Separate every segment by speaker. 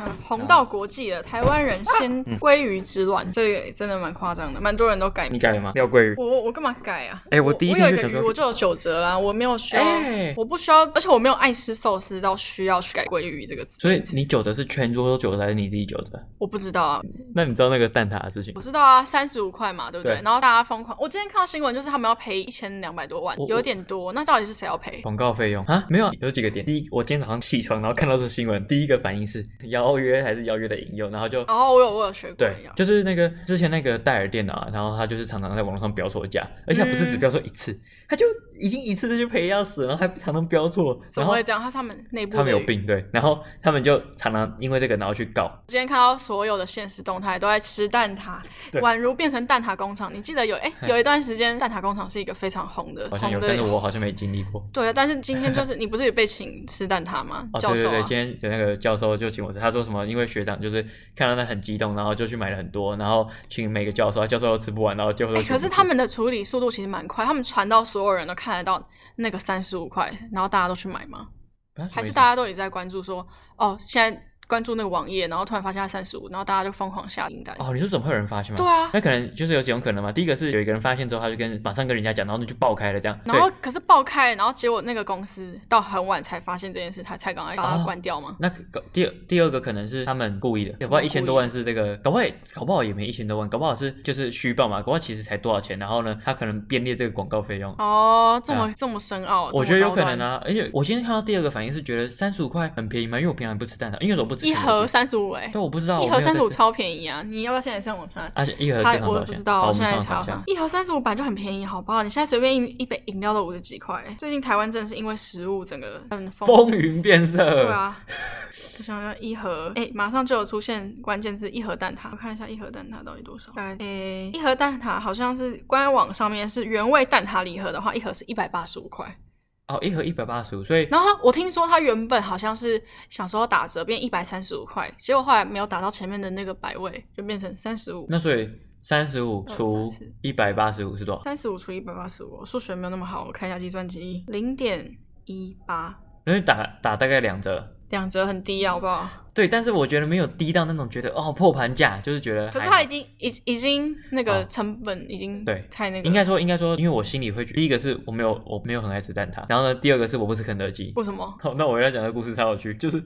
Speaker 1: 嗯
Speaker 2: 嗯
Speaker 1: 红到国际了，台湾人先鲑鱼之乱，这个真的蛮夸张的，蛮多人都改
Speaker 2: 你。改吗？廖桂鱼，
Speaker 1: 我我我干嘛改啊？
Speaker 2: 嗯哎
Speaker 1: 我
Speaker 2: 我第一
Speaker 1: 我
Speaker 2: 天
Speaker 1: 有一
Speaker 2: 就
Speaker 1: 个
Speaker 2: 想
Speaker 1: 鱼
Speaker 2: 说
Speaker 1: 我就有九折啦，我没有需要，
Speaker 2: 哎
Speaker 1: 我不需要，而且我没有爱吃寿司到需要去改鲑鱼这个词，
Speaker 2: 所以你九折是全桌都九折还是你自己九折？
Speaker 1: 我不知道啊，
Speaker 2: 那你知道那个蛋挞的事情
Speaker 1: 我？知道啊，三十五块嘛，对不对？
Speaker 2: 对
Speaker 1: 然后大家疯狂，我今天看到新闻就是他们要赔一千两百多万
Speaker 2: 我，
Speaker 1: 有点多，那到底是谁要赔？
Speaker 2: 广告费用啊？没有，有几个点。第一，我今天早上起床，然后看到这新闻，第一个反应是邀约还是邀约的引诱，然后就
Speaker 1: 然哦后我有我有学过
Speaker 2: 对
Speaker 1: 一样，，
Speaker 2: 就是那个之前那个戴尔电脑啊，然后他就是常常在网络上标错价，而且他不是只
Speaker 1: 嗯
Speaker 2: 标错一次，他就已经一次他就赔要死，然后还常常标错，
Speaker 1: 怎么
Speaker 2: 然后
Speaker 1: 会这样？他是他们内部
Speaker 2: 他
Speaker 1: 的
Speaker 2: 们有
Speaker 1: 鱼
Speaker 2: 病对，然后他们就常常因为这个然后去告，
Speaker 1: 今天看到所有的现实动态都在吃蛋挞，
Speaker 2: 对
Speaker 1: 宛如变成蛋挞工厂。你记得有哎、有一段时间蛋挞工厂是一个非常红的，
Speaker 2: 好像
Speaker 1: 红
Speaker 2: 有，但是
Speaker 1: 的。
Speaker 2: 我好像没经历过。
Speaker 1: 对，但是今天就是 你不是也被请吃蛋挞吗？
Speaker 2: 哦，对
Speaker 1: 教
Speaker 2: 对
Speaker 1: 授、
Speaker 2: 对，
Speaker 1: 啊，
Speaker 2: 今天的那个教授就请我吃，他说什么？因为学长就是看到他很激动，然后就去买了很多，然后请每个教授，他教授都吃不完，然后教授都
Speaker 1: 哎
Speaker 2: 请
Speaker 1: 可
Speaker 2: 我
Speaker 1: 是
Speaker 2: 吃
Speaker 1: 他们的处理速度其实蛮快，他们传到所有人都看得到那个三十五块，然后大家都去买吗？
Speaker 2: 啊
Speaker 1: 还
Speaker 2: 什么意
Speaker 1: 是
Speaker 2: 思
Speaker 1: 大家都也在关注说，哦，现在关注那个网页，然后突然发现它三十五，然后大家就疯狂下订单。
Speaker 2: 哦，你说怎么会有人发现吗？哎
Speaker 1: 对啊
Speaker 2: 那可能就是有几种可能嘛。第一个是有一个人发现之后，他就跟马上跟人家讲，然后你就爆开了这样。
Speaker 1: 然后
Speaker 2: 对
Speaker 1: 可是爆开，然后结果那个公司到很晚才发现这件事，他才赶快把
Speaker 2: 哦
Speaker 1: 它关掉吗？
Speaker 2: 那可第二第二个可能是他们故意的，搞不好一千多万是这个，搞不好也搞不好也没一千多万，搞不好是就是虚报嘛，搞不好其实才多少钱，然后呢，他可能编列这个广告费用。
Speaker 1: 哦，这么、
Speaker 2: 对
Speaker 1: 这么深奥，
Speaker 2: 啊我觉得
Speaker 1: 哦这
Speaker 2: 有
Speaker 1: 么
Speaker 2: 可
Speaker 1: 高端
Speaker 2: 能。啊，而且我今天看到第二个反应是觉得三十五块很便宜嘛，因为我平常不吃蛋挞，因为我不吃
Speaker 1: 一
Speaker 2: 肯德
Speaker 1: 盒
Speaker 2: 基，
Speaker 1: 三十五哎，
Speaker 2: 对，我不知道
Speaker 1: 一
Speaker 2: 我没
Speaker 1: 盒
Speaker 2: 有在
Speaker 1: 三十五
Speaker 2: 吃，
Speaker 1: 超便宜啊！你要不要现在上网查？
Speaker 2: 而且一盒
Speaker 1: 它
Speaker 2: 正常多
Speaker 1: 我
Speaker 2: 少
Speaker 1: 不
Speaker 2: 钱
Speaker 1: 知道，
Speaker 2: 好我
Speaker 1: 现
Speaker 2: 们
Speaker 1: 在
Speaker 2: 上
Speaker 1: 查
Speaker 2: 一下
Speaker 1: 看，一盒三十五本来就很便宜，好不好？你现在随便一一杯饮料都五十几块欸。最近台湾真的是因为食物整个很疯
Speaker 2: 风云变色，
Speaker 1: 对啊，我想要一盒，哎、马上就有出现关键字一盒蛋挞，我看一下一盒蛋挞到底多少？哎、一盒蛋挞好像是官网上面是原味蛋挞礼盒的话，一盒是一百八十五块。
Speaker 2: 哦，一盒一百八十五，所以
Speaker 1: 然后我听说它原本好像是想说打折变一百三十五块，结果后来没有打到前面的那个百位，就变成三十五。
Speaker 2: 那所以三十五
Speaker 1: 二
Speaker 2: 除
Speaker 1: 三
Speaker 2: 一百八十五是多少？
Speaker 1: 三十五除一百八十五，数学没有那么好，我看一下计算机，零点一八，
Speaker 2: 因为打打大概两折。
Speaker 1: 两折很低啊，好不好？
Speaker 2: 对，但是我觉得没有低到那种觉得哦破盘价，就是觉得还好。
Speaker 1: 可是它已经已已经那
Speaker 2: 哦
Speaker 1: 个成本已经
Speaker 2: 对
Speaker 1: 太那个了，
Speaker 2: 应该说应该说，因为我心里会觉得，第一个是我没有我没有很爱吃蛋挞，然后呢，第二个是我不吃肯德基。
Speaker 1: 为什么？
Speaker 2: 好，那我要讲的故事超有趣，就是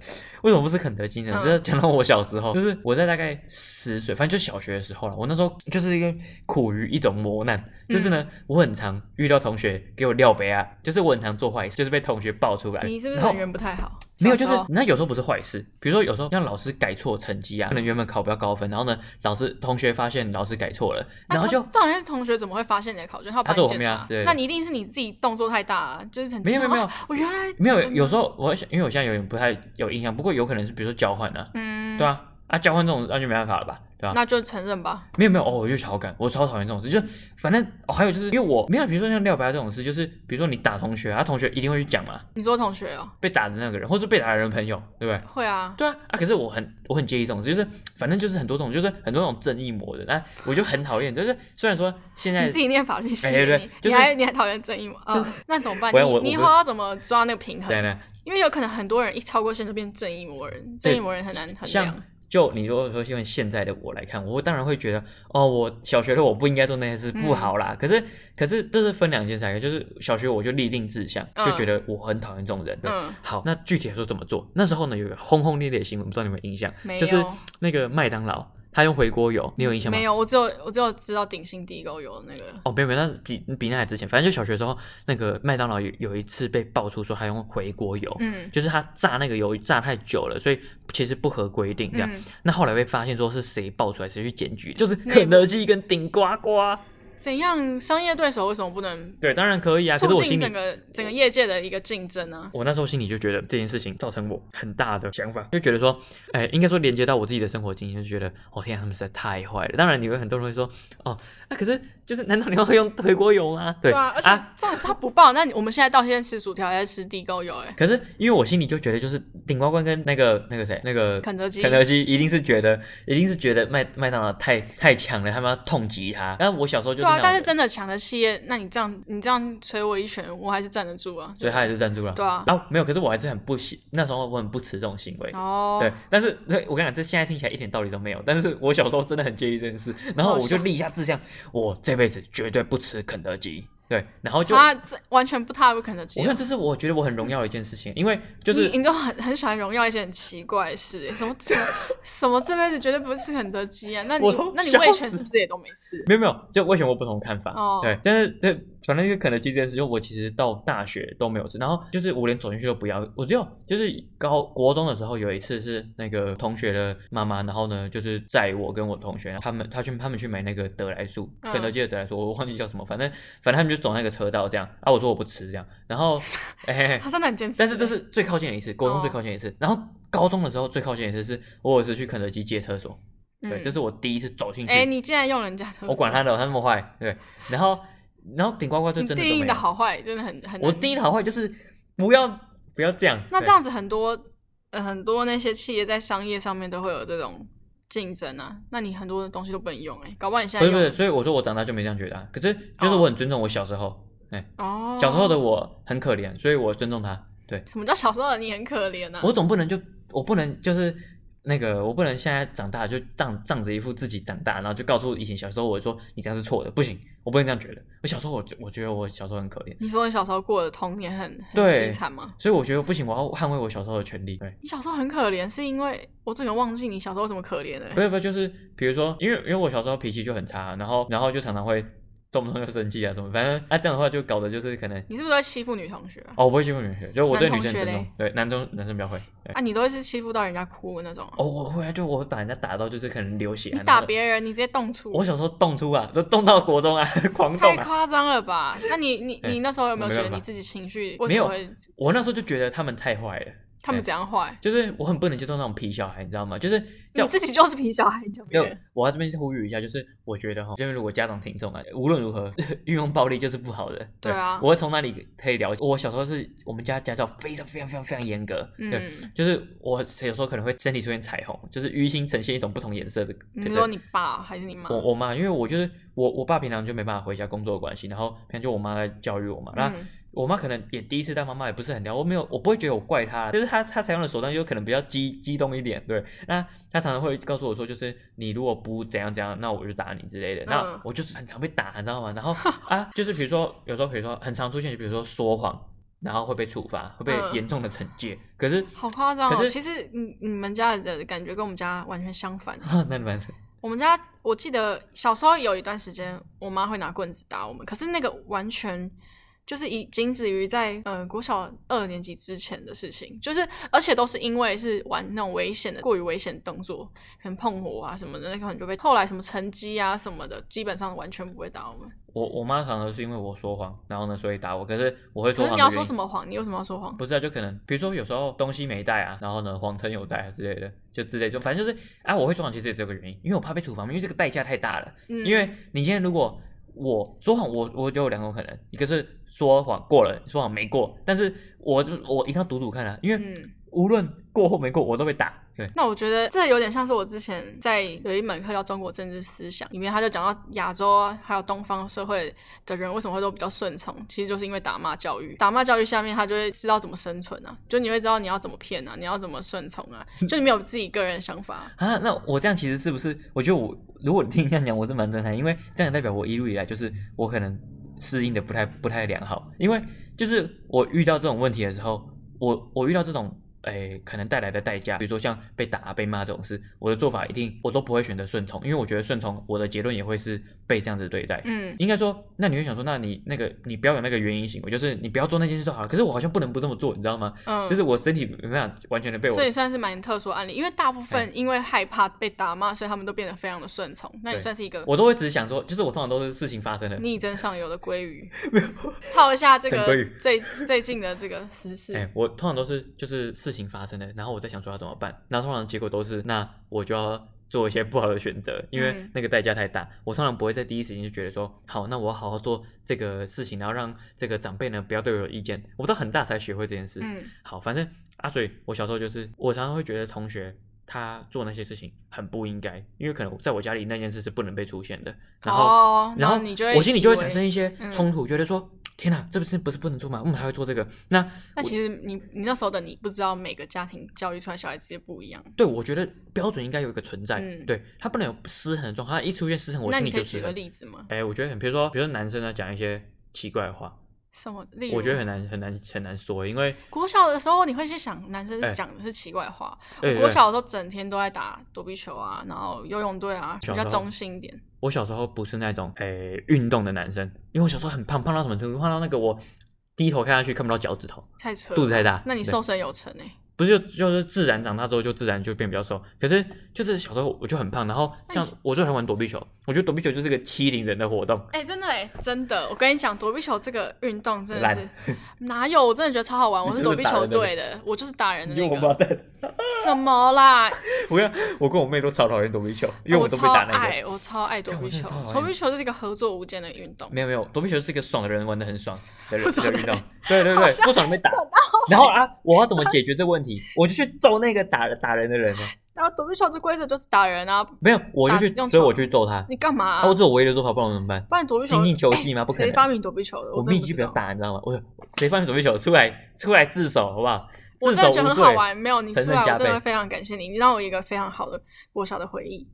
Speaker 2: 为什么不吃肯德基呢？
Speaker 1: 嗯
Speaker 2: 这、讲到我小时候，就是我在大概十岁，反正就小学的时候了。我那时候就是一个苦于一种磨难，就是呢，
Speaker 1: 嗯
Speaker 2: 我很常遇到同学给我撂杯啊，就是我很常做坏事，就是被同学爆出来。
Speaker 1: 你是不是
Speaker 2: 哎然后
Speaker 1: 人缘不太好？
Speaker 2: 没有，
Speaker 1: 小
Speaker 2: 就
Speaker 1: 时
Speaker 2: 是
Speaker 1: 候
Speaker 2: 那有时候不是坏事，比如说有时候让老师改错成绩啊，可能原本考比较高分，然后呢，老师同学发现老师改错了，
Speaker 1: 那
Speaker 2: 然后
Speaker 1: 同
Speaker 2: 就
Speaker 1: 到底是同学怎么会发现你的考卷？他有帮
Speaker 2: 他
Speaker 1: 你
Speaker 2: 坐我
Speaker 1: 检
Speaker 2: 面啊
Speaker 1: 查
Speaker 2: 对，
Speaker 1: 那你一定是你自己动作太大啊，就是很
Speaker 2: 没有
Speaker 1: 紧张
Speaker 2: 没有
Speaker 1: 哦我原来
Speaker 2: 没有。有时候我想因为我现在有点不太有印象，不过有可能是比如说交换啊，
Speaker 1: 嗯，
Speaker 2: 对啊，啊交换这种那就没办法了吧，对吧、
Speaker 1: 那就承认吧。
Speaker 2: 没有没有哦，我就超感，我超讨厌这种事。就是反正哦，还有就是因为我没有，比如说像廖白这种事，就是比如说你打同学，啊，同学一定会去讲嘛，
Speaker 1: 你说同学哦，
Speaker 2: 被打的那个人，或是被打的人朋友，对不对？
Speaker 1: 会啊，
Speaker 2: 对啊，啊，可是我很我很介意这种事，就是反正就是很多种，就是很多种正义魔人，那我就很讨厌。就是虽然说现在
Speaker 1: 你自己念法律系，
Speaker 2: 哎对对
Speaker 1: 你
Speaker 2: 就是
Speaker 1: 你还 你还讨厌正义吗？啊，那怎么办？
Speaker 2: 我我
Speaker 1: 你你以后
Speaker 2: 我
Speaker 1: 要怎么抓那个平
Speaker 2: 对
Speaker 1: 衡？
Speaker 2: 呢，
Speaker 1: 因为有可能很多人一超过线就变正义魔人，正义魔人很难衡
Speaker 2: 像
Speaker 1: 量。
Speaker 2: 就你如果说用现在的我来看，我当然会觉得哦，我小学的我不应该做那些事，不好
Speaker 1: 嗯
Speaker 2: 啦。可是可是这是分两件事来看，就是小学我就立定志向，就
Speaker 1: 嗯
Speaker 2: 觉得我很讨厌这种人。对
Speaker 1: 嗯
Speaker 2: 好，那具体来说怎么做？那时候呢有一个轰轰烈烈的新闻，不知道你们有没有印象
Speaker 1: 没，有
Speaker 2: 就是那个麦当劳它用回锅油，你有印象吗？
Speaker 1: 没有，我只有我只有知道顶新地沟油那个，
Speaker 2: 哦，没有没有，那比比那还之前，反正就小学的时候，那个麦当劳有有一次被爆出说他用回锅油，
Speaker 1: 嗯
Speaker 2: 就是他炸那个油炸太久了，所以其实不合规定这样。
Speaker 1: 嗯，
Speaker 2: 那后来被发现说是谁爆出来，谁去检举，就是
Speaker 1: 内
Speaker 2: 肯
Speaker 1: 部
Speaker 2: 德基跟顶呱呱。
Speaker 1: 怎样？商业对手为什么不能
Speaker 2: 对，当然可以啊，可是
Speaker 1: 促
Speaker 2: 我
Speaker 1: 进
Speaker 2: 心
Speaker 1: 整
Speaker 2: 里。
Speaker 1: 个整个业界的一个竞争啊呢、
Speaker 2: 我那时候心里就觉得这件事情造成我很大的想法，就觉得说，哎、应该说连接到我自己的生活经验，就觉得，哦天、啊，他们实在太坏了。当然，你会很多人会说，哦，那、可是就是难道你要用回锅油吗？对
Speaker 1: 对啊，而且重点是他不爆，那你我们现在到现在吃薯条还是吃地沟油、欸？哎，
Speaker 2: 可是因为我心里就觉得，就是顶呱呱跟那个那个谁，那个
Speaker 1: 肯德基
Speaker 2: 肯德基一定是觉得，一定是觉得麦麦当劳太太强了，他们要痛击他。但我小时候就
Speaker 1: 对
Speaker 2: 是，
Speaker 1: 啊，
Speaker 2: 闹
Speaker 1: 但是
Speaker 2: 的
Speaker 1: 真的强的企业，那你这样你这样捶我一拳，我还是站得住啊。
Speaker 2: 所以他也是赞助了。
Speaker 1: 对啊
Speaker 2: 然后没有，可是我还是很不喜，那时候我很不耻这种行为。
Speaker 1: 哦，
Speaker 2: 对，但是对我跟你讲，这现在听起来一点道理都没有。但是我小时候真的很介意这件事，然
Speaker 1: 哦
Speaker 2: 后我就立下志向，我这辈子绝对不吃肯德基。对，然后就
Speaker 1: 他啊这完全不踏入肯德基
Speaker 2: 我
Speaker 1: 了。
Speaker 2: 看这是我觉得我很荣耀的一件事情，因为就是
Speaker 1: 你你都很很喜欢荣耀一些很奇怪的事欸，什么什么什么这辈子绝对不吃肯德基啊？那你
Speaker 2: 我都
Speaker 1: 那你
Speaker 2: 笑
Speaker 1: 味全
Speaker 2: 死
Speaker 1: 是不是也都没吃？
Speaker 2: 没有没有，就我以前我有不同的看法。
Speaker 1: 哦
Speaker 2: 对，但是对，反正一个肯德基这件事，就我其实到大学都没有吃，然后就是我连走进去都不要，我只有就是高国中的时候有一次是那个同学的妈妈，然后呢就是载我跟我同学，他们他去他们去买那个德莱素
Speaker 1: 嗯
Speaker 2: 肯德基的德莱素，我忘记叫什么，反正反正他们就走那个车道这样，啊我说我不吃这样，然后哎、嘿嘿
Speaker 1: 他真的很坚持欸。
Speaker 2: 但是这是最靠近的一次，国中最靠近的一次，然后高中的时候最靠近的一次是我有一次去肯德基借厕所，
Speaker 1: 嗯
Speaker 2: 对，这是我第一次走进去。
Speaker 1: 哎，你竟然用人家的，
Speaker 2: 我管他的，他那么坏，对。然后，然后顶呱呱就
Speaker 1: 你
Speaker 2: 真的都
Speaker 1: 定
Speaker 2: 没
Speaker 1: 义
Speaker 2: 有
Speaker 1: 的，好坏真的很很难。
Speaker 2: 我定义的好坏就是不要不要这样。
Speaker 1: 那
Speaker 2: 对
Speaker 1: 这样子很多呃很多那些企业在商业上面都会有这种竞争啊，那你很多东西都不能用哎、搞不好你现
Speaker 2: 不
Speaker 1: 在
Speaker 2: 是
Speaker 1: 用
Speaker 2: 不是，所以我说我长大就没这样觉得、啊。可是就是我很尊重我小时候，哎、
Speaker 1: 哦，
Speaker 2: 小时候的我很可怜，所以我尊重他。对
Speaker 1: 什么叫小时候的你很可怜啊？
Speaker 2: 我总不能就我不能就是。那个我不能现在长大就仗仗着一副自己长大，然后就告诉以前小时候我说你这样是错的，不行，我不能这样觉得。我小时候我我觉得我小时候很可怜，
Speaker 1: 你说你小时候过的童年很很
Speaker 2: 对
Speaker 1: 凄惨吗？
Speaker 2: 所以我觉得不行，我要捍卫我小时候的权利。对，
Speaker 1: 你小时候很可怜，是因为我整个忘记你小时候有什么可怜的、
Speaker 2: 不是不是，就是比如说，因为因为我小时候脾气就很差，然后然后就常常会动不动就生气啊什么，反正啊这样的话就搞得就是可能
Speaker 1: 你是不是在欺负女同学啊？
Speaker 2: 哦我不会欺负女生，就是我对女
Speaker 1: 男同
Speaker 2: 生
Speaker 1: 学
Speaker 2: 尊重
Speaker 1: 嘞，
Speaker 2: 对男中男生比较会。对
Speaker 1: 啊，你都会是欺负到人家哭的那种啊、
Speaker 2: 哦，我会啊，就我会把人家打到就是可能流血、啊。
Speaker 1: 你
Speaker 2: 然
Speaker 1: 打
Speaker 2: 后
Speaker 1: 别人，你直接动粗，
Speaker 2: 我小时候动粗啊，都动到国中啊，狂动
Speaker 1: 太
Speaker 2: 啊。
Speaker 1: 夸张了吧？那你你
Speaker 2: 哎
Speaker 1: 你那时候有没有
Speaker 2: 我没
Speaker 1: 觉得
Speaker 2: 办法
Speaker 1: 你自己情绪为
Speaker 2: 没
Speaker 1: 什
Speaker 2: 有
Speaker 1: 么会？
Speaker 2: 我那时候就觉得他们太坏了，
Speaker 1: 他们
Speaker 2: 哎
Speaker 1: 怎样坏？
Speaker 2: 就是我很不能接受那种皮小孩，你知道吗？就是
Speaker 1: 你
Speaker 2: 叫
Speaker 1: 自己就是皮小孩，你讲别
Speaker 2: 就
Speaker 1: 人。
Speaker 2: 我要这边呼吁一下，就是我觉得哈，这边如果家长听众啊，无论如何 运用暴力就是不好的。
Speaker 1: 对啊
Speaker 2: 我会从那里可以了解。我小时候是我们家家教非常非常非常非常严格，对，
Speaker 1: 嗯，
Speaker 2: 就是我有时候可能会身体出现彩虹，就是淤青呈现一种不同颜色的。
Speaker 1: 嗯你
Speaker 2: 对
Speaker 1: 说你爸还是你妈？
Speaker 2: 我我妈，因为我就是我我爸平常就没办法回家工作的关系，然后平常就我妈在教育我嘛，那、
Speaker 1: 嗯
Speaker 2: 我妈可能也第一次当妈妈，也不是很了解，我没有，我不会觉得我怪她，就是她她采用的手段就可能比较激激动一点，对。那她常常会告诉我说，就是你如果不怎样怎样，那我就打你之类的。那
Speaker 1: 嗯
Speaker 2: 我就是很常被打，你知道吗？然后 啊，就是比如说有时候，比如说很常出现，就比如说说谎，然后会被处罚，会被
Speaker 1: 嗯
Speaker 2: 严重的惩戒。可是，
Speaker 1: 好夸张
Speaker 2: 可
Speaker 1: 哦！
Speaker 2: 是
Speaker 1: 其实你你们家的感觉跟我们家完全相反。
Speaker 2: 那你们
Speaker 1: 我们家我记得小时候有一段时间，我妈会拿棍子打我们，可是那个完全就是以仅止于在呃国小二年级之前的事情，就是而且都是因为是玩那种危险的、过于危险的动作，可能碰我啊什么的，那可能就被后来什么成绩啊什么的，基本上完全不会打我们。
Speaker 2: 我我妈常常是因为我说谎，然后呢，所以打我。可是我会
Speaker 1: 可
Speaker 2: 说
Speaker 1: 是
Speaker 2: 谎，
Speaker 1: 你要说什？么谎？你为什么要说谎？
Speaker 2: 不是啊，就可能比如说有时候东西没带啊，然后呢谎称有带啊之类的，就之类就反正就是啊，我会说谎其实也这个原因，因为我怕被处罚嘛，因为这个代价太大了。
Speaker 1: 嗯
Speaker 2: 因为你今天如果我说谎，我我就有两种可能，一个是说谎过了，说谎没过，但是我就我一定要赌赌看啊，因为
Speaker 1: 嗯。
Speaker 2: 无论过或没过，我都被打。对，
Speaker 1: 那我觉得这有点像是我之前在有一门课叫《中国政治思想》，里面他就讲到亚洲啊还有东方社会的人为什么会都比较顺从，其实就是因为打骂教育。打骂教育下面，他就会知道怎么生存啊，就你会知道你要怎么骗啊，你要怎么顺从啊，就你没有自己个人的想法。
Speaker 2: 啊，那我这样其实是不是？我觉得我如果你听这样讲，我是蛮震撼，因为这样代表我一路以来就是我可能适应的不太不太良好，因为就是我遇到这种问题的时候，我我遇到这种诶、可能带来的代价，比如说像被打、被骂这种事，我的做法一定我都不会选择顺从，因为我觉得顺从我的结论也会是被这样子对待。
Speaker 1: 嗯，
Speaker 2: 应该说，那你会想说，那你那个你不要有那个原因行为，就是你不要做那件事就好了。可是我好像不能不这么做，你知道吗？
Speaker 1: 嗯
Speaker 2: 就是我身体没办法完全的被我哎
Speaker 1: 所以算是蛮特殊的案例，因为大部分因为害怕被打骂，所以他们都变得非常的顺从。那你
Speaker 2: 对
Speaker 1: 算是一个
Speaker 2: 我都会只是想说，就是我通常都是事情发生了，
Speaker 1: 逆增上游的鲑鱼，套一下这
Speaker 2: 陈鲑
Speaker 1: 个
Speaker 2: 鱼
Speaker 1: 最最近的这个时事。
Speaker 2: 哎、我通常都是就是事情发生了，然后我在想说要怎么办，那通常结果都是那我就要做一些不好的选择，因为
Speaker 1: 嗯
Speaker 2: 那个代价太大。我通常不会在第一时间就觉得说，好，那我要好好做这个事情，然后让这个长辈呢不要对我有意见。我到很大才学会这件事。
Speaker 1: 嗯
Speaker 2: 好，反正啊，所以我小时候就是我常常会觉得同学。他做那些事情很不应该，因为可能在我家里那件事是不能被出现的。然后，
Speaker 1: 哦，
Speaker 2: 然后
Speaker 1: 你就会，
Speaker 2: 我心里就会产生。一些
Speaker 1: 嗯
Speaker 2: 冲突，觉得说天哪，这不是不是不能做吗？为什么嗯还会做这个？那
Speaker 1: 那其实你你那时候的你不知道每个家庭教育出来小孩子也不一样。
Speaker 2: 对我觉得标准应该有一个存在，
Speaker 1: 嗯
Speaker 2: 对它不能有失衡的状况，它一出现失衡，我
Speaker 1: 那
Speaker 2: 心
Speaker 1: 你
Speaker 2: 里
Speaker 1: 可
Speaker 2: 就
Speaker 1: 以举
Speaker 2: 失
Speaker 1: 个
Speaker 2: 衡。
Speaker 1: 例子吗？
Speaker 2: 哎、我觉得很，比如说，比如说男生呢讲一些奇怪的话，
Speaker 1: 什么？例如，哦
Speaker 2: 我觉得很难很难很难说，因为
Speaker 1: 国小的时候你会去想男生
Speaker 2: 哎
Speaker 1: 讲的是奇怪话，
Speaker 2: 对
Speaker 1: 国
Speaker 2: 对
Speaker 1: 小的时候整天都在打躲避球啊，然后游泳队啊，比
Speaker 2: 小时
Speaker 1: 较
Speaker 2: 候
Speaker 1: 中性一点。
Speaker 2: 我小时候不是那种诶、运动的男生，因为我小时候很胖，胖到什么程度？胖到那个我低头看下去看不到脚趾头，
Speaker 1: 太扯了，
Speaker 2: 肚子太大。
Speaker 1: 那你
Speaker 2: 对
Speaker 1: 瘦身有成哎、
Speaker 2: 不是就就是自然长大之后就自然就变比较瘦，可是就是小时候我就很胖，然后
Speaker 1: 那你
Speaker 2: 像
Speaker 1: 是
Speaker 2: 我就很玩躲避球，我觉得躲避球就是个欺凌人的活动，
Speaker 1: 哎、真的哎、真的，我跟你讲，躲避球这个运动真的
Speaker 2: 懒
Speaker 1: 是哪有？我真的觉得超好玩，我
Speaker 2: 你
Speaker 1: 是
Speaker 2: 就
Speaker 1: 躲
Speaker 2: 是
Speaker 1: 避
Speaker 2: 打
Speaker 1: 球
Speaker 2: 人的
Speaker 1: 队的，我就是打人的
Speaker 2: 因为
Speaker 1: 那
Speaker 2: 我妈
Speaker 1: 个。
Speaker 2: 蛋。
Speaker 1: 什么啦？
Speaker 2: 我跟我跟我妹都超讨厌躲避球，因为
Speaker 1: 我
Speaker 2: 都被
Speaker 1: 超
Speaker 2: 打那
Speaker 1: 哦
Speaker 2: 个。
Speaker 1: 爱，我超爱躲
Speaker 2: 干
Speaker 1: 避
Speaker 2: 我真
Speaker 1: 球
Speaker 2: 的超讨。厌
Speaker 1: 躲避球就是一个合作无间的运动。
Speaker 2: 没有没有，躲避球是一个爽的人玩的很爽的 人
Speaker 1: 不爽
Speaker 2: 的
Speaker 1: 的
Speaker 2: 运
Speaker 1: 人
Speaker 2: 动，对对
Speaker 1: 好
Speaker 2: 对，
Speaker 1: 像
Speaker 2: 不爽被打。然后啊，我要怎么解决这个问题？我就去揍那个打打人的人呢？
Speaker 1: 然后躲避球的规则就是打人啊，
Speaker 2: 没有，我就去
Speaker 1: 打用，
Speaker 2: 所以
Speaker 1: 球
Speaker 2: 我去揍他。
Speaker 1: 你干嘛、
Speaker 2: 啊，我只有唯一的做法，不然我怎么办？
Speaker 1: 不然躲避球
Speaker 2: 精益求精吗
Speaker 1: 哎
Speaker 2: 不可
Speaker 1: 谁
Speaker 2: 能
Speaker 1: 发明躲避球的？
Speaker 2: 我
Speaker 1: 真
Speaker 2: 命
Speaker 1: 的
Speaker 2: 就
Speaker 1: 不
Speaker 2: 不
Speaker 1: 知
Speaker 2: 要
Speaker 1: 道。
Speaker 2: 打，你知道吗？我谁放躲避球出来出来自首好不好？
Speaker 1: 我
Speaker 2: 自
Speaker 1: 真
Speaker 2: 首
Speaker 1: 的觉
Speaker 2: 无
Speaker 1: 得
Speaker 2: 罪
Speaker 1: 很好。玩，没有你出
Speaker 2: 成
Speaker 1: 来，
Speaker 2: 人
Speaker 1: 我
Speaker 2: 加
Speaker 1: 真的
Speaker 2: 倍
Speaker 1: 会非常感谢你，你让我有一个非常好的国小的回忆。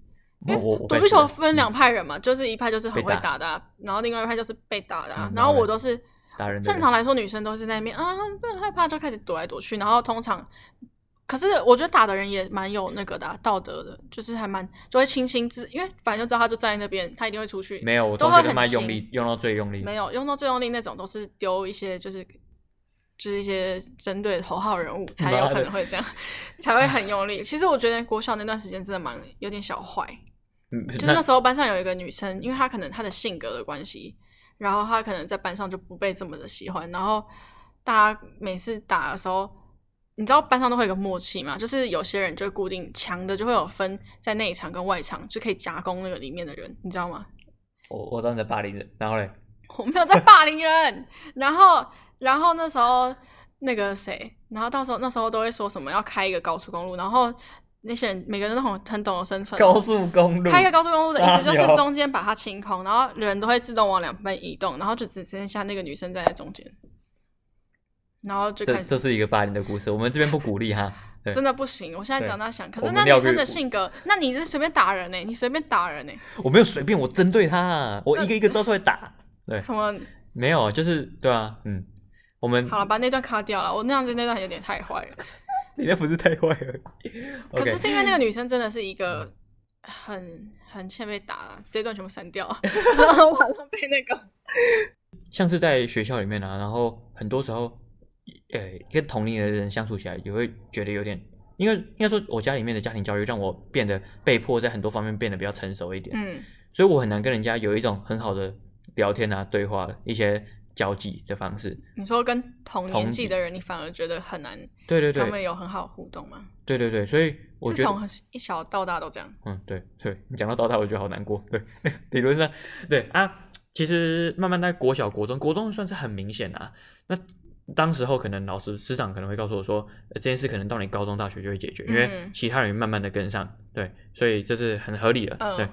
Speaker 1: 因
Speaker 2: 我我
Speaker 1: 为
Speaker 2: 我
Speaker 1: 躲
Speaker 2: 快
Speaker 1: 避
Speaker 2: 死
Speaker 1: 球
Speaker 2: 了嗯
Speaker 1: 分两派人嘛，就是一派就是很
Speaker 2: 被
Speaker 1: 会
Speaker 2: 打
Speaker 1: 打的啊、然后另外一派就是被打的啊、
Speaker 2: 嗯
Speaker 1: 然后
Speaker 2: 然后
Speaker 1: 我
Speaker 2: 嘞
Speaker 1: 都是
Speaker 2: 打人的
Speaker 1: 正
Speaker 2: 人
Speaker 1: 常来说，女生都是在那边啊，真的害怕就开始躲来躲去，然后通常。可是我觉得打的人也蛮有那个的啊、道德的，就是还蛮就会轻轻之，因为反正就知道他就站在那边，他一定会出去。
Speaker 2: 没有，我
Speaker 1: 都
Speaker 2: 同
Speaker 1: 会
Speaker 2: 学他
Speaker 1: 很
Speaker 2: 妈
Speaker 1: 轻
Speaker 2: 用力用到最用力，
Speaker 1: 没有用到最用力那种，都是丢一些就是就是一些针对头号人物才有
Speaker 2: 妈的
Speaker 1: 可能会这样， 才会很用力。其实我觉得国小那段时间真的蛮有点小坏，
Speaker 2: 嗯
Speaker 1: 就是那
Speaker 2: 那
Speaker 1: 时候班上有一个女生，因为她可能她的性格的关系，然后她可能在班上就不被这么的喜欢，然后大家每次打的时候，你知道班上都会有一个默契嘛，就是有些人就会固定强的就会有分在内场跟外场，就可以夹攻那个里面的人，你知道吗？
Speaker 2: 我我当时霸凌人，然后嘞，
Speaker 1: 我没有在霸凌人。然后，然后那时候那个谁，然后到时候那时候都会说什么要开一个高速公路，然后那些人每个人都很很懂得生存。啊
Speaker 2: 高速公路
Speaker 1: 开一个高速公路的意思就
Speaker 2: 傻
Speaker 1: 是
Speaker 2: 鸟
Speaker 1: 中间把它清空，然后人都会自动往两边移动，然后就只剩下那个女生站在中间，然后就开
Speaker 2: 这
Speaker 1: 始
Speaker 2: 这是一个霸凌的故事，我们这边不鼓励哈。对
Speaker 1: 真的不行。我现在
Speaker 2: 对
Speaker 1: 长大想，可
Speaker 2: 我
Speaker 1: 是
Speaker 2: 们
Speaker 1: 那
Speaker 2: 要
Speaker 1: 女生
Speaker 2: 略
Speaker 1: 的
Speaker 2: 过
Speaker 1: 性格，那你是随便打人呢、欸你随便打人呢、
Speaker 2: 我没有随便，我针对他，啊我一个一个抓出来打。对，
Speaker 1: 什么？
Speaker 2: 没有，就是对啊，嗯，我们
Speaker 1: 好了，把那段卡掉了。我那样子那段有点太坏了。
Speaker 2: 你那不是太坏了。
Speaker 1: 可
Speaker 2: OK，
Speaker 1: 是是因为那个女生真的是一个很很欠被打了，这一段全部删掉， 然后完了被那个
Speaker 2: 像是在学校里面啊，然后很多时候，呃，跟同龄的人相处起来，也会觉得有点，因为应该说，我家里面的家庭教育让我变得被迫在很多方面变得比较成熟一点，
Speaker 1: 嗯
Speaker 2: 所以我很难跟人家有一种很好的聊天啊、对话一些交际的方式。
Speaker 1: 你说跟同
Speaker 2: 同
Speaker 1: 年纪
Speaker 2: 龄
Speaker 1: 的人，你反而觉得很难，
Speaker 2: 对对
Speaker 1: 他们
Speaker 2: 对，
Speaker 1: 有很好互动吗？
Speaker 2: 对对对，所以我
Speaker 1: 是
Speaker 2: 觉得
Speaker 1: 从一小到大都这样。
Speaker 2: 嗯，对对，你讲到倒带，我觉得好难过。对， 理论上，对啊，其实慢慢在国小、国中，国中算是很明显啊。那当时候可能老师、师长可能会告诉我说，呃这件事可能到你高中、大学就会解决，因为
Speaker 1: 嗯
Speaker 2: 其他人慢慢的跟上，对，所以这是很合理的，
Speaker 1: 嗯
Speaker 2: 对。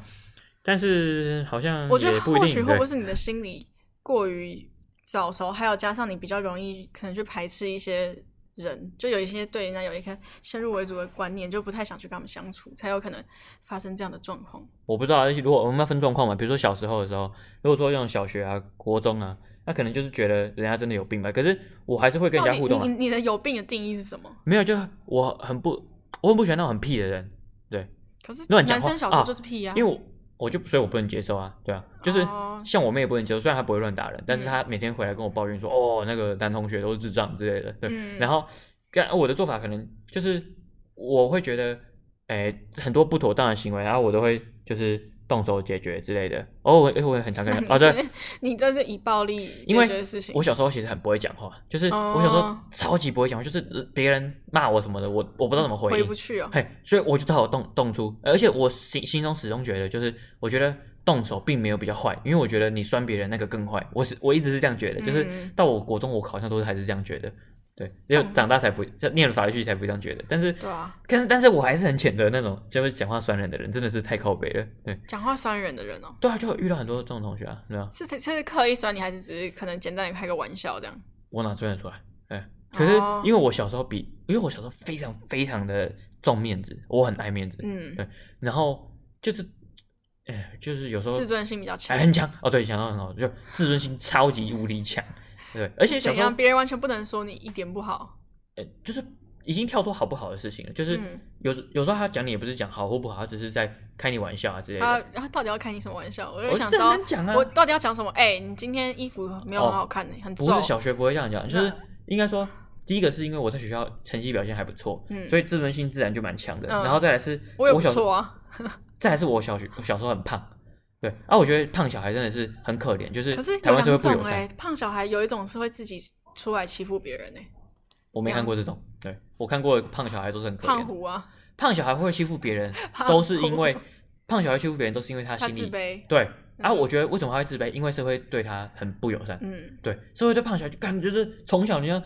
Speaker 2: 但是好像
Speaker 1: 我觉
Speaker 2: 嗯也
Speaker 1: 得
Speaker 2: 不一
Speaker 1: 或许
Speaker 2: 定，
Speaker 1: 会
Speaker 2: 对
Speaker 1: 不会是你的心理过于早熟，还有加上你比较容易可能去排斥一些人，就有一些对人家有一些先入为主的观念，就不太想去跟他们相处，才有可能发生这样的状况。
Speaker 2: 我不知道，啊如果我们要分状况嘛，比如说小时候的时候，如果说用小学啊、国中啊，那可能就是觉得人家真的有病吧。可是我还是会跟
Speaker 1: 到
Speaker 2: 人
Speaker 1: 底
Speaker 2: 家互动、啊
Speaker 1: 你。你你的有病的定义是什么？
Speaker 2: 没有，就我很不，我很不喜欢那种很屁的人，对，
Speaker 1: 可是
Speaker 2: 乱
Speaker 1: 男
Speaker 2: 讲话
Speaker 1: 生小时候就是屁啊，
Speaker 2: 因为我我就所以我不能接受啊，对啊，就是
Speaker 1: 哦嗯
Speaker 2: 像我妹也不能接受，虽然她不会乱打人，但是她每天回来跟我抱怨说，哦，那个男同学都是智障之类的，对，
Speaker 1: 嗯
Speaker 2: 然后跟我的做法可能就是我会觉得，哎，很多不妥当的行为，然后我都会就是动手解决之类的，哦，我我也很常 跟人啊，对，
Speaker 1: 你这是以暴力
Speaker 2: 因为
Speaker 1: 解决的事情。
Speaker 2: 我小时候其实很不会讲话，就是我小时候
Speaker 1: 哦
Speaker 2: 超级不会讲话，就是呃别人骂我什么的，我我不知道怎么回
Speaker 1: 回
Speaker 2: 应
Speaker 1: 不。去哦，
Speaker 2: 嘿，所以我就只好动动粗，而且我心心中始终觉得，就是我觉得动手并没有比较坏，因为我觉得你酸别人那个更坏，我是我一直是这样觉得，就是
Speaker 1: 嗯
Speaker 2: 到我国中我好像都是还是这样觉得，对，因为长大才不，这念了法律系才不会这样觉得。但是，
Speaker 1: 对啊，
Speaker 2: 但是但是我还是很谴责那种就是讲话酸人的人，真的是太靠北了。对，
Speaker 1: 讲话酸人的人哦、
Speaker 2: 对啊，就有遇到很多这种同学啊，对啊，
Speaker 1: 是是刻意酸你，还是只是可能简单的开个玩笑这样？
Speaker 2: 我哪算得出来？哎，可是
Speaker 1: 哦
Speaker 2: 因为我小时候比，因为我小时候非常非常的重面子，我很爱面子，
Speaker 1: 嗯，
Speaker 2: 然后就是，哎，就是有时候
Speaker 1: 自尊心比较强
Speaker 2: 哎，，很强哦，对，想到很好，就自尊心超级无敌强，对，而且小
Speaker 1: 怎
Speaker 2: 时候
Speaker 1: 样？别人完全不能说你一点不好。
Speaker 2: 呃，就是已经跳脱好不好的事情了，就是
Speaker 1: 嗯
Speaker 2: 有时有时候他讲你也不是讲好或不好，他只是在开你玩笑啊之类
Speaker 1: 他
Speaker 2: 的。
Speaker 1: 他到底要开你什么玩笑？我就
Speaker 2: 我
Speaker 1: 想知
Speaker 2: 这
Speaker 1: 道
Speaker 2: 很难讲啊，
Speaker 1: 我到底要讲什么？哎、你今天衣服没有很好看呢、很
Speaker 2: 不
Speaker 1: 皱
Speaker 2: 是。小学不会这样
Speaker 1: 嗯
Speaker 2: 讲，就是应该说，第一个是因为我在学校成绩表现还不错，
Speaker 1: 嗯
Speaker 2: 所以自尊心自然就蛮强的。
Speaker 1: 嗯
Speaker 2: 然后再来是，
Speaker 1: 我也不
Speaker 2: 小时候
Speaker 1: 错啊，
Speaker 2: 再来是我小学我小时候很胖，对啊，我觉得胖小孩真的是很可怜，就是
Speaker 1: 可是
Speaker 2: 台
Speaker 1: 有
Speaker 2: 湾社会
Speaker 1: 两
Speaker 2: 不友
Speaker 1: 种
Speaker 2: 善，
Speaker 1: 哎、胖小孩有一种是会自己出来欺负别人哎、
Speaker 2: 我没看过这种，对我看过的胖小孩都是很可
Speaker 1: 嗯胖
Speaker 2: 怜的，
Speaker 1: 虎啊，
Speaker 2: 胖小孩会欺负别人，
Speaker 1: 胖
Speaker 2: 都是因为
Speaker 1: 虎
Speaker 2: 胖小孩欺负别人都是因为他
Speaker 1: 他
Speaker 2: 心
Speaker 1: 自
Speaker 2: 里
Speaker 1: 卑，
Speaker 2: 对啊，
Speaker 1: 嗯
Speaker 2: 我觉得为什么他会自卑，因为社会对他很不友善，
Speaker 1: 嗯，
Speaker 2: 对，社会对胖小孩就感觉就是从小你要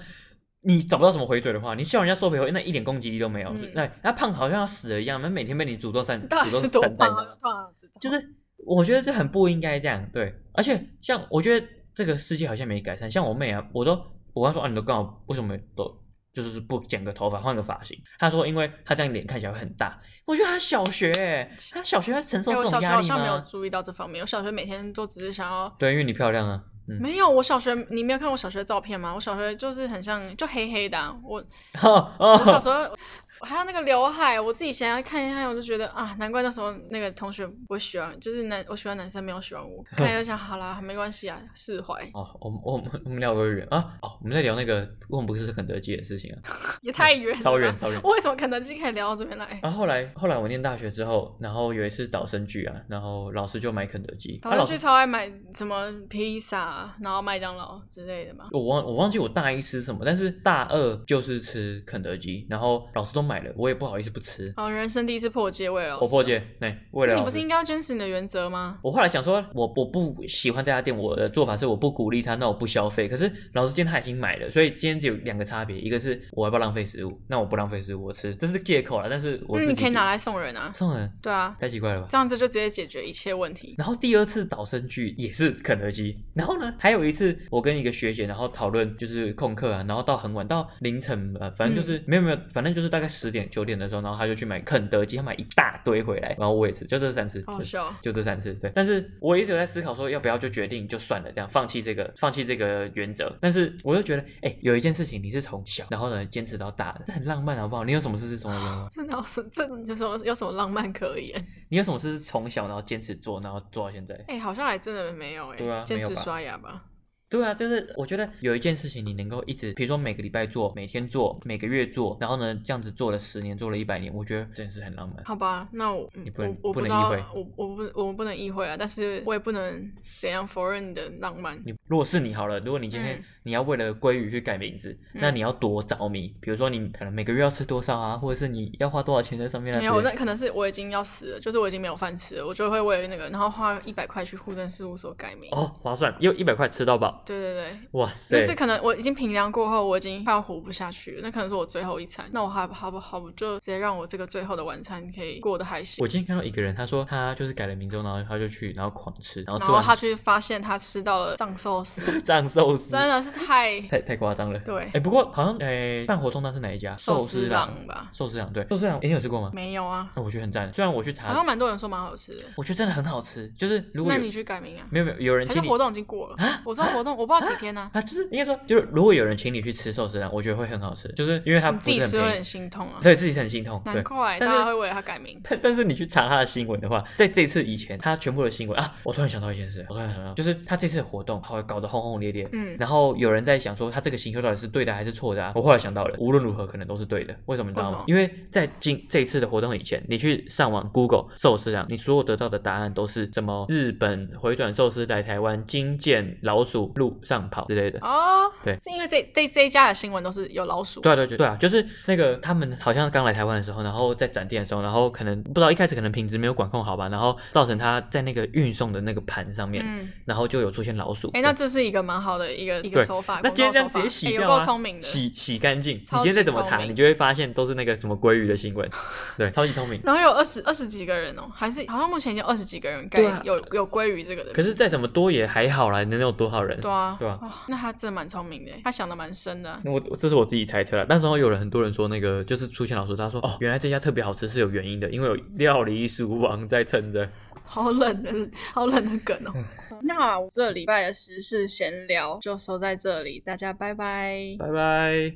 Speaker 2: 你找不到什么回嘴的话，你笑人家收皮回，那一点攻击力都没有。
Speaker 1: 嗯
Speaker 2: 那那胖好像要死了一样，那每天被你诅咒三
Speaker 1: 你到底
Speaker 2: 诅咒
Speaker 1: 是多
Speaker 2: 三代
Speaker 1: 胖啊？
Speaker 2: 呢
Speaker 1: 突然知道，
Speaker 2: 就是我觉得这很不应该这样。对，而且像我觉得这个世界好像没改善，像我妹啊，我都我跟她说啊，你都干嘛？为什么都就是不剪个头发，换个发型？她说因为她这样脸看起来会很大。我觉得她小学、欸，她小学要承受
Speaker 1: 哎、
Speaker 2: 这
Speaker 1: 我
Speaker 2: 种
Speaker 1: 小学
Speaker 2: 压
Speaker 1: 好
Speaker 2: 力
Speaker 1: 像没有
Speaker 2: 吗？
Speaker 1: 注意到这方面，我小学每天都只是想要
Speaker 2: 对，因为你漂亮啊。嗯，
Speaker 1: 没有，我小学你没有看我小学照片吗？我小学就是很像，就黑黑的啊、我
Speaker 2: 哦
Speaker 1: 我小
Speaker 2: 哦，
Speaker 1: 时候还有那个刘海，我自己想要看一下，我就觉得啊，难怪那时候那个同学不喜欢，就是男我喜欢男生没有喜欢 我，看就想好啦，没关系啊，释怀，
Speaker 2: 哦，我们我们我们聊多远啊？哦，我们在聊那个我们不是肯德基的事情啊，
Speaker 1: 也太远了吧，
Speaker 2: 超远超哦远。
Speaker 1: 我为什么肯德基可以聊到这边来？
Speaker 2: 然后后来后来我念大学之后，然后有一次导生剧啊，然后老师就买肯德基，
Speaker 1: 导
Speaker 2: 啊
Speaker 1: 生
Speaker 2: 老
Speaker 1: 去
Speaker 2: 师
Speaker 1: 超爱买什么披萨，啊然后麦当劳之类的嘛。
Speaker 2: 我忘我忘记我大一吃什么，但是大二就是吃肯德基，然后老师都买了，我也不好意思不吃，
Speaker 1: 哦，人生第一次破戒，为了老
Speaker 2: 我
Speaker 1: 师
Speaker 2: 破戒，对，
Speaker 1: 那
Speaker 2: 为了
Speaker 1: 你
Speaker 2: 老
Speaker 1: 不是
Speaker 2: 师
Speaker 1: 应。该要坚持你的原则吗？
Speaker 2: 我后来想说，我我不喜欢这家店，我的做法是我不鼓励他，那我不消费。可是老师今天他已经买了，所以今天只有两个差别，一个是我要不要浪费食物，那我不浪费食物，我吃，这是借口了。但是我
Speaker 1: 那嗯
Speaker 2: 自己
Speaker 1: 你可以拿来送人啊，
Speaker 2: 送人，
Speaker 1: 对啊，
Speaker 2: 太奇怪了吧？
Speaker 1: 这样子就直接解决一切问题。
Speaker 2: 然后第二次导生剧也是肯德基，然后呢，还有一次我跟一个学姐，然后讨论就是空课啊，然后到很晚，到凌晨呃，反正
Speaker 1: 嗯
Speaker 2: 就是、没有没有，反正就是大概十点九点的时候，然后她就去买肯德基，她买一大堆回来，然后我也吃，就这三次，
Speaker 1: 好
Speaker 2: 就
Speaker 1: 好笑哦，
Speaker 2: 就这三次，对。但是我一直有在思考说要不要就决定就算了，这样放弃这个放弃这个原则。但是我又觉得，哎、有一件事情你是从小然后呢坚持到大的，这很浪漫好不好？你有什么事是从小浪漫？
Speaker 1: 这哪有什这就是有什么浪漫可言？
Speaker 2: 你有什么事是从小然后坚持做，然后做到现在？
Speaker 1: 哎、好像还真的没有哎、
Speaker 2: 对啊
Speaker 1: 坚
Speaker 2: 没
Speaker 1: 持
Speaker 2: 有吧
Speaker 1: 刷牙吧。
Speaker 2: 对啊，就是我觉得有一件事情你能够一直，比如说每个礼拜做，每天做，每个月做，然后呢这样子做了十年，做了一百年，我觉得真的是很浪漫。
Speaker 1: 好吧，那我嗯
Speaker 2: 你不能
Speaker 1: 我我
Speaker 2: 不能
Speaker 1: 知道
Speaker 2: 意会，
Speaker 1: 我我不我不能意会了，但是我也不能怎样否认你的浪漫。
Speaker 2: 你如果是你好了，如果你今天
Speaker 1: 嗯
Speaker 2: 你要为了鲑鱼去改名字，那你要多着迷，比如说你可能每个月要吃多少啊，或者是你要花多少钱在上面啊
Speaker 1: 没
Speaker 2: 之
Speaker 1: 有，
Speaker 2: 类的。
Speaker 1: 那可能是哎我已经要死了，就是我已经没有饭吃了，我就会为了那个，然后花一百块去户政事务所改名。
Speaker 2: 哦，划算，又一百块吃到饱，
Speaker 1: 对对对，
Speaker 2: 哇塞！
Speaker 1: 就是可能我已经平凉过后，我已经快要活不下去了，那可能是我最后一餐。那我还好不好不就直接让我这个最后的晚餐可以过得还行
Speaker 2: 我。今天看到一个人，他说他就是改了名之后，然后他就去，然后狂吃，然后
Speaker 1: 然
Speaker 2: 吃
Speaker 1: 后
Speaker 2: 完
Speaker 1: 他去发现他吃到了藏寿司，
Speaker 2: 长寿司，
Speaker 1: 真的是太
Speaker 2: 太太夸张了。
Speaker 1: 对
Speaker 2: 哎、不过好像哎办活动那是哪一家？
Speaker 1: 寿
Speaker 2: 司
Speaker 1: 司
Speaker 2: 郎。
Speaker 1: 郎吧？
Speaker 2: 寿司郎对，寿司郎、诶你有吃过吗？哎
Speaker 1: 没有啊，
Speaker 2: 那我觉得很赞。虽然我去
Speaker 1: 好像
Speaker 2: 查，
Speaker 1: 蛮多人说蛮好吃的。
Speaker 2: 我觉得真的很好吃。就是如果
Speaker 1: 那
Speaker 2: 有
Speaker 1: 你去改名啊？
Speaker 2: 没有没有有人
Speaker 1: 还是
Speaker 2: 请你
Speaker 1: 活动已经过了？我说活动我不知道几天呢、
Speaker 2: 啊，就是应该说，就是如果有人请你去吃寿司郎，我觉得会很好吃，就是因为它
Speaker 1: 你
Speaker 2: 啊不
Speaker 1: 自
Speaker 2: 是
Speaker 1: 己
Speaker 2: 很
Speaker 1: 吃会
Speaker 2: 便
Speaker 1: 很
Speaker 2: 宜，
Speaker 1: 心痛啊。
Speaker 2: 对自己是很心痛。
Speaker 1: 难
Speaker 2: 对，
Speaker 1: 怪大
Speaker 2: 但是
Speaker 1: 家会为了他改名。
Speaker 2: 但 但是你去查他的新闻的话，在这次以前，他全部的新闻啊，我突然想到一件事，我突然想到，就是他这次的活动好搞得轰轰烈烈，
Speaker 1: 嗯
Speaker 2: 然后有人在想说他这个行销到底是对的还是错的啊？我后来想到了，无论如何可能都是对的，为什么你知道吗？
Speaker 1: 为
Speaker 2: 因为在今这一次的活动以前，你去上网 Google 寿司郎，你所有得到的答案都是什么日本回转寿司来台湾，金剑老鼠路上跑之类的。
Speaker 1: 哦，
Speaker 2: 对
Speaker 1: 是因为这这这一家的新闻都是有老鼠，
Speaker 2: 对啊对对对啊，
Speaker 1: 嗯
Speaker 2: 就是那个他们好像刚来台湾的时候，然后在展店的时候，然后可能不知道一开始可能品质没有管控好吧，然后造成他在那个运送的那个盘上面，
Speaker 1: 嗯，
Speaker 2: 然后就有出现老鼠。
Speaker 1: 哎、那这是一个蛮好的一个一个
Speaker 2: 对
Speaker 1: 手法，
Speaker 2: 那
Speaker 1: 广
Speaker 2: 今天
Speaker 1: 告
Speaker 2: 这样
Speaker 1: 手
Speaker 2: 直
Speaker 1: 法，
Speaker 2: 接
Speaker 1: 哎
Speaker 2: 洗
Speaker 1: 有
Speaker 2: 掉、啊
Speaker 1: 够聪明的。
Speaker 2: 洗洗干净。你
Speaker 1: 超
Speaker 2: 今天再
Speaker 1: 级
Speaker 2: 怎么
Speaker 1: 聪
Speaker 2: 查，
Speaker 1: 明
Speaker 2: 你就会发现都是那个什么鲑鱼的新 闻，对，超级聪明。
Speaker 1: 然后有二十二十几个人哦，还是好像目前已经二十几个人该
Speaker 2: 对啊
Speaker 1: 有有鲑鱼这个的。
Speaker 2: 可是再怎么多也还好啦，能有多少人？
Speaker 1: 对啊，
Speaker 2: 对啊
Speaker 1: 哦那他真的蛮聪明的，他想的蛮深的。啊
Speaker 2: 那我这是我自己猜测了。那时候有人很多人说那个就是出现老鼠，他说哦，原来这家特别好吃是有原因的，因为有料理鼠王在撑着。
Speaker 1: 好冷的，好冷的梗哦。那我这礼拜的时事闲聊就收在这里，大家拜拜。
Speaker 2: 拜拜。